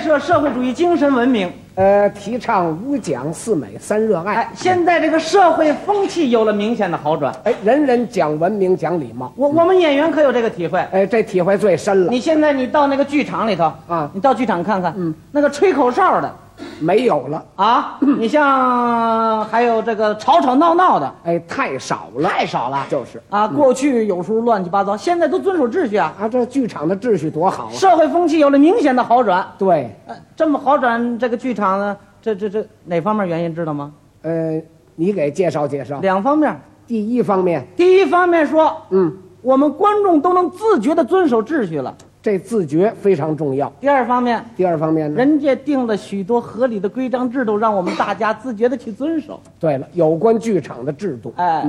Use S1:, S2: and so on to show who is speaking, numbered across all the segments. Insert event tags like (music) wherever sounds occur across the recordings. S1: 设社会主义精神文明。
S2: 呃，提倡五讲四美三热爱
S1: 哎，，现在这个社会风气有了明显的好转。
S2: 哎，人人讲文明讲礼貌，
S1: 我我们演员可有这个体会。
S2: 哎，这体会最深了。
S1: 你现在你到那个剧场里头
S2: 啊
S1: 你到剧场看看，嗯，那个吹口哨的
S2: 没有了，
S1: 啊，你像还有这个吵吵闹闹的
S2: 哎，太少了，
S1: 太少了，
S2: 就是
S1: 啊，过去有时候乱七八糟，现在都遵守秩序啊，
S2: 啊，这剧场的秩序多好啊！
S1: 社会风气有了明显的好转。
S2: 对，
S1: 呃，这么好转，这个剧场呢，这这这哪方面原因知道吗？
S2: 呃，你给介绍介绍。
S1: 两方面，
S2: 第一方面，
S1: 第一方面说，
S2: 嗯，
S1: 我们观众都能自觉的遵守秩序了；
S2: 这自觉非常重要。
S1: 第二方面，
S2: 第二方面呢，
S1: 人家定了许多合理的规章制度，让我们大家自觉的去遵守。
S2: 对了，有关剧场的制度，
S1: 哎，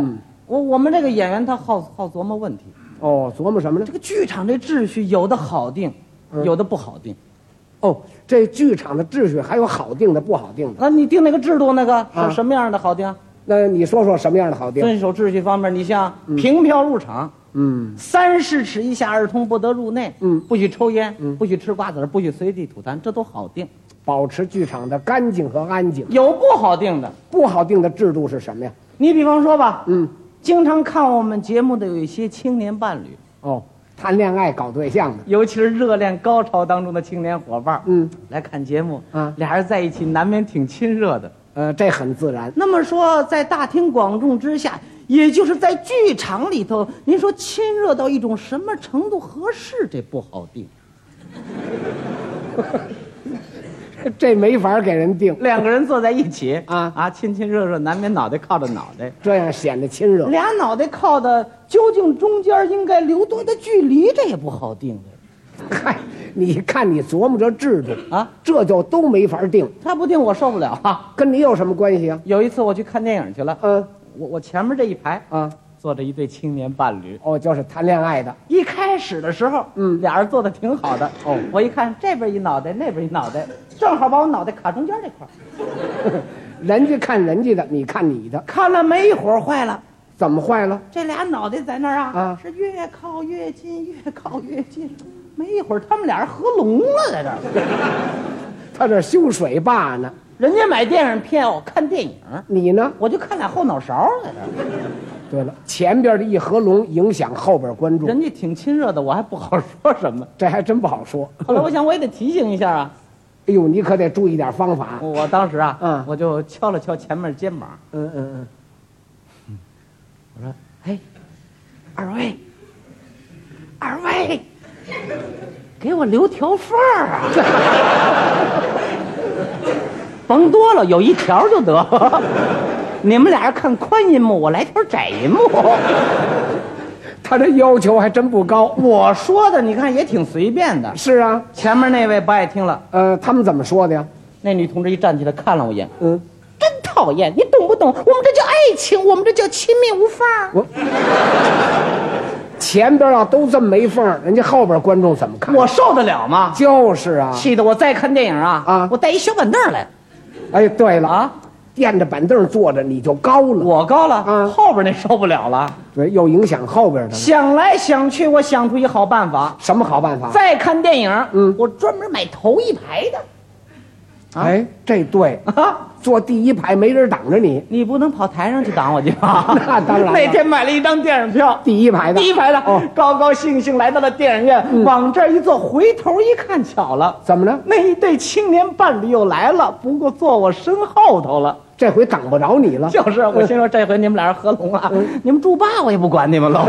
S1: 我我们这个演员他好好琢磨问题。
S2: 哦，琢磨什么呢
S1: 这？个剧场这秩序有的好定，
S2: 嗯
S1: 有的不好定。
S2: 哦，这剧场的秩序还有好定的，不好定的。
S1: 那你定那个制度那个
S2: 啊
S1: 是什么样的好定？
S2: 那你说说什么样的好定？
S1: 遵守秩序方面，你像凭票入场，
S2: 嗯，
S1: 三十尺以下儿童不得入内，
S2: 嗯
S1: 不许抽烟，不许吃瓜子儿，不许随地吐痰，这都好定。
S2: 保持剧场的干净和安静。
S1: 有不好定的，
S2: 不好定的制度是什么呀？
S1: 你比方说吧，
S2: 嗯，
S1: 经常看我们节目的有一些青年伴侣，
S2: 哦，谈恋爱搞对象的，
S1: 尤其是热恋高潮当中的青年伙伴，
S2: 嗯，
S1: 来看节目，
S2: 啊
S1: 俩人在一起难免挺亲热的。
S2: 呃，这很自然。 (laughs)
S1: 那么说，在大庭广众之下，也就是在剧场里头，您说亲热到一种什么程度合适？这不好定。
S2: 这没法给人定，
S1: 两个人坐在一起
S2: 啊
S1: 啊，亲亲热热，难免脑袋靠着脑袋，
S2: 这样显得亲热。 (laughs)
S1: 俩脑袋靠的，究竟中间应该留多的距离，这也不好定
S2: 嗨，你看你琢磨这制度，
S1: 啊。
S2: 这就都没法定，
S1: 他不定我受不了啊。
S2: 跟你有什么关系啊？
S1: 有一次我去看电影去了，
S2: 嗯
S1: 我我前面这一排
S2: 啊，
S1: 坐着一对青年伴侣，
S2: 哦，就是谈恋爱的，
S1: 一开始的时候，嗯，俩人坐的挺好的。
S2: 哦
S1: 我一看这边一脑袋，那边一脑袋，正好把我脑袋卡中间这块儿。
S2: 人家看人家的，你看你的，
S1: 看了没一会儿，坏了，
S2: 怎么坏了？
S1: 这俩脑袋在那儿啊，
S2: 啊
S1: 是越靠越近，越靠越近。没一会儿，他们俩人合拢了，在这儿。
S2: 他这修水坝呢，
S1: 人家买电影票看电影，
S2: 你呢？
S1: 我就看俩后脑勺在这儿。
S2: 对了，前边的一合拢影响后边观众，
S1: 人家挺亲热的，我还不好说什么。
S2: 这还真不好说。
S1: 后来我想，我也得提醒一下啊。
S2: 哎呦，你可得注意点方法。
S1: 我我当时啊，
S2: 嗯
S1: 我就敲了敲前面肩膀，
S2: 嗯嗯嗯，
S1: 我说：“哎，二位，二位，给我留条缝儿啊！ (laughs) 甭多了，有一条就得。你们俩人看宽银幕，我来条窄银幕。
S2: 他这要求还真不高。
S1: 我说的，你看也挺随便的。
S2: 是啊，
S1: 前面那位不爱听了，
S2: 呃，他们怎么说的呀？
S1: 那女同志一站起来看了我一眼，
S2: 嗯，
S1: 真讨厌！你懂不懂？我们这叫爱情，我们这叫亲密无缝儿。
S2: 前边要都这么没缝儿，人家后边观众怎么看？
S1: 我受得了吗？
S2: 就是啊。
S1: 气得我再看电影啊
S2: 啊
S1: 我带一小板凳来
S2: 哎，对了，
S1: 啊，
S2: 垫着板凳坐着你就高了，
S1: 我高了，
S2: 嗯
S1: 后边那受不了了。
S2: 对，又影响后边的了。
S1: 想来想去，我想出一好办法，
S2: 什么好办法？
S1: 再看电影，
S2: 嗯
S1: 我专门买头一排的
S2: 哎，这对，
S1: 啊。
S2: 坐第一排没人挡着你，
S1: 你不能跑台上去挡我去吧？
S2: (laughs) 那当然了
S1: 那天买了一张电影票，
S2: 第一排的，
S1: 第一排的，
S2: 哦，嗯
S1: 高高兴兴来到了电影院，往这儿一坐，回头一看，巧了，
S2: 怎么了？
S1: 那一对青年伴侣又来了，不过坐我身后头了。
S2: 这回挡不着你了，
S1: 就是，我心说这回你们俩人合拢了，
S2: 嗯
S1: 你们住吧，我也不管你们喽。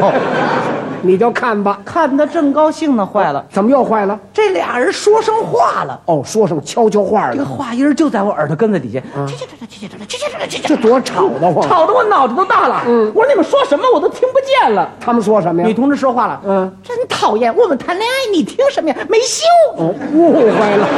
S2: (laughs) 你就看吧。
S1: 看得正高兴呢，坏了，
S2: 怎么又坏了？
S1: 这俩人说上话了，
S2: 哦，说上悄悄话
S1: 这个
S2: 了，
S1: 话音儿就在我耳朵根子底下，叽叽喳喳，叽叽喳喳，叽叽喳喳，叽叽
S2: 这
S1: 喳
S2: 多吵得
S1: 喳，
S2: 慌。
S1: 吵得我脑子都大了。我说你们说什么我都听不见了。
S2: 他们说什么呀？
S1: 女同志说话了，
S2: 嗯，
S1: 真讨厌，我们谈恋爱你听什么呀？没羞。
S2: 哦，误会了。